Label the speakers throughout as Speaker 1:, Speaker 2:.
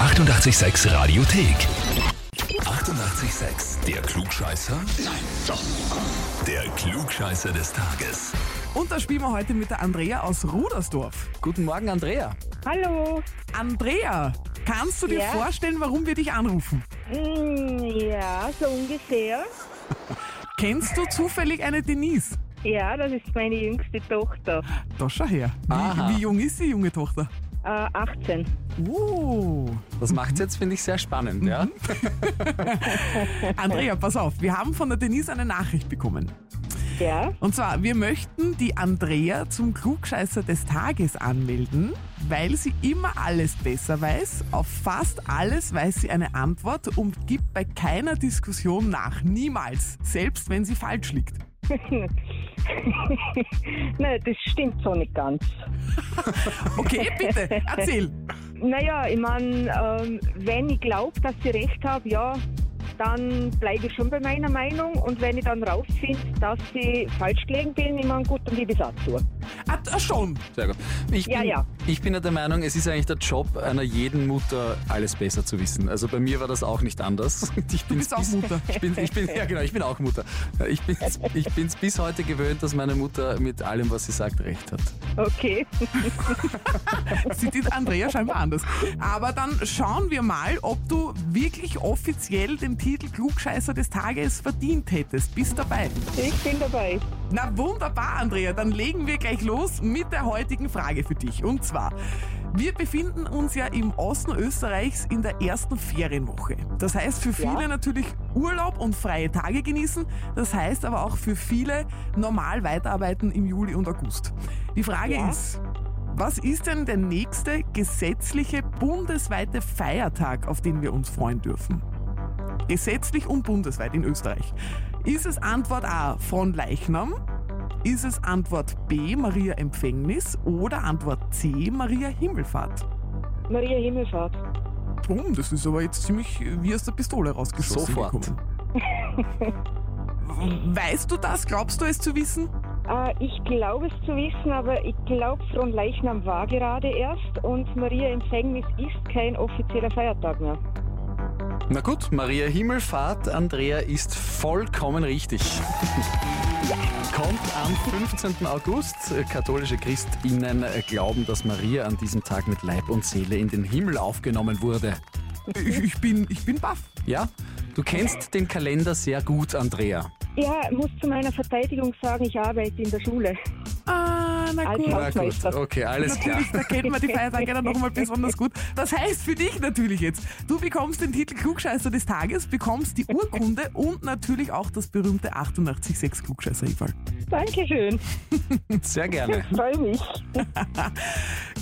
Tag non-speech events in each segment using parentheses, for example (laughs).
Speaker 1: 886 Radiothek. 88,6. Der Klugscheißer? Nein, doch. Der Klugscheißer des Tages.
Speaker 2: Und da spielen wir heute mit der Andrea aus Rudersdorf.
Speaker 3: Guten Morgen, Andrea.
Speaker 4: Hallo.
Speaker 2: Andrea, kannst du dir
Speaker 4: Ja?
Speaker 2: vorstellen, warum wir dich anrufen?
Speaker 4: Mm, Ja, so ungefähr.
Speaker 2: Kennst du zufällig eine Denise?
Speaker 4: Ja, das ist meine jüngste Tochter.
Speaker 2: Da schau her.
Speaker 3: Aha.
Speaker 2: Wie, wie jung ist die junge Tochter?
Speaker 4: Äh, 18.
Speaker 2: Uh.
Speaker 3: Das macht's jetzt, finde ich, sehr spannend,
Speaker 2: Mhm.
Speaker 3: ja?
Speaker 2: Andrea, pass auf, wir haben von der Denise eine Nachricht bekommen.
Speaker 4: Ja, (laughs)
Speaker 2: Und zwar, wir möchten die Andrea zum Klugscheißer des Tages anmelden, weil sie immer alles besser weiß. Auf fast alles weiß sie eine Antwort und gibt bei keiner Diskussion nach. Niemals. Selbst wenn sie falsch liegt.
Speaker 4: nein, das stimmt so nicht ganz.
Speaker 2: Okay, bitte, erzähl.
Speaker 4: Naja, ich meine, ähm, wenn ich glaube, dass ich recht habe, ja, dann bleibe ich schon bei meiner Meinung. Und wenn ich dann rausfinde, dass ich falsch gelegen bin, ich meine, gut, dann gebe ich es auch zu.
Speaker 2: Ah, da schon.
Speaker 3: Sehr gut. Ich bin,
Speaker 4: Ja, ja.
Speaker 3: ich bin ja der Meinung, es ist eigentlich der Job einer jeden Mutter, alles besser zu wissen. Also bei mir war das auch nicht anders. (laughs) Ich bin
Speaker 2: bist auch Mutter.
Speaker 3: (laughs) Ich bin, ich bin, ja, genau, ich bin auch Mutter. Ich bin es ich bin's bis heute gewöhnt, dass meine Mutter mit allem, was sie sagt, recht hat.
Speaker 4: Okay. (laughs)
Speaker 2: Sieht die Andrea scheinbar anders. Aber dann schauen wir mal, ob du wirklich offiziell den Titel Klugscheißer des Tages verdient hättest. Bist dabei.
Speaker 4: Ich bin dabei.
Speaker 2: Na wunderbar, Andrea. Dann legen wir gleich los mit der heutigen Frage für dich. Und zwar, wir befinden uns ja im Osten Österreichs in der ersten Ferienwoche. Das heißt für viele
Speaker 4: Ja.
Speaker 2: natürlich Urlaub und freie Tage genießen. Das heißt aber auch für viele normal weiterarbeiten im Juli und August. Die Frage
Speaker 4: Ja.
Speaker 2: ist, was ist denn der nächste gesetzliche bundesweite Feiertag, auf den wir uns freuen dürfen? Gesetzlich und bundesweit in Österreich. Ist es Antwort A von Leichnam? Ist es Antwort B Maria Empfängnis oder Antwort C Maria Himmelfahrt?
Speaker 4: Maria Himmelfahrt.
Speaker 2: Bumm, das ist aber jetzt ziemlich äh, wie aus der Pistole rausgeschossen
Speaker 3: Sofort.
Speaker 2: (laughs) gekommen. Weißt du das? Glaubst du es zu wissen?
Speaker 4: Äh, ich glaube es zu wissen, aber ich glaube, Fron Leichnam war gerade erst und Maria Empfängnis ist kein offizieller Feiertag mehr.
Speaker 3: Na gut, Maria Himmelfahrt, Andrea ist vollkommen richtig. Kommt am 15. August. Katholische Christinnen glauben, dass Maria an diesem Tag mit Leib und Seele in den Himmel aufgenommen wurde.
Speaker 2: Ich, ich bin, ich bin baff.
Speaker 3: Ja? Du kennst den Kalender sehr gut, Andrea.
Speaker 4: Ja, ich muss zu meiner Verteidigung sagen, ich arbeite in der Schule.
Speaker 2: Ah, na
Speaker 4: Als
Speaker 2: gut.
Speaker 3: Na gut,
Speaker 4: Hausmeister.
Speaker 3: okay, alles klar.
Speaker 2: Natürlich, da kennt man die Feiertage dann nochmal besonders gut. Das heißt für dich natürlich jetzt, du bekommst den Titel Klugscheißer des Tages, bekommst die Urkunde und natürlich auch das berühmte 886 klugscheißer -Eval.
Speaker 4: Dankeschön,
Speaker 3: Sehr
Speaker 4: (laughs)
Speaker 3: gerne.
Speaker 4: freue mich.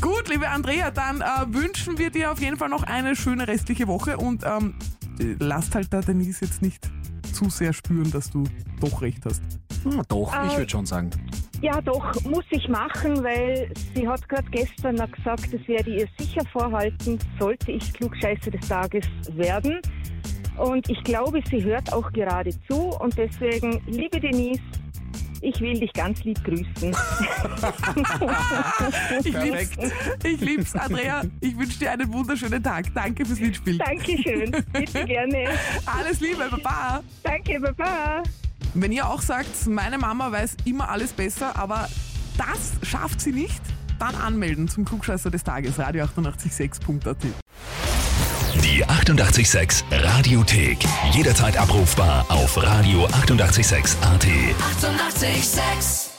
Speaker 2: Gut, liebe Andrea, dann äh, wünschen wir dir auf jeden Fall noch eine schöne restliche Woche und ähm, äh, lasst halt da Denise jetzt nicht zu sehr spüren, dass du doch recht hast.
Speaker 3: Hm, doch, ich
Speaker 4: Ah.
Speaker 3: würde schon sagen.
Speaker 4: Ja, doch, muss ich machen, weil sie hat gerade gestern noch gesagt, das werde ich ihr sicher vorhalten, sollte ich Klugscheiße des Tages werden. Und ich glaube, sie hört auch gerade zu und deswegen, liebe Denise, ich will dich ganz lieb grüßen.
Speaker 2: Ich lieb's,
Speaker 3: Perfekt.
Speaker 2: ich lieb's Andrea. Ich wünsche dir einen wunderschönen Tag. Danke fürs Mitspielen.
Speaker 4: Dankeschön. Bitte gerne.
Speaker 2: Alles Liebe, Baba.
Speaker 4: Danke, Baba.
Speaker 2: Wenn ihr auch sagt, meine Mama weiß immer alles besser, aber das schafft sie nicht, dann anmelden zum Klugscheißer des Tages, radio886.at.
Speaker 1: Die 88,6 Radiothek. Jederzeit abrufbar auf radio886.at. 88,6.
Speaker 5: Eighty-eight, sex.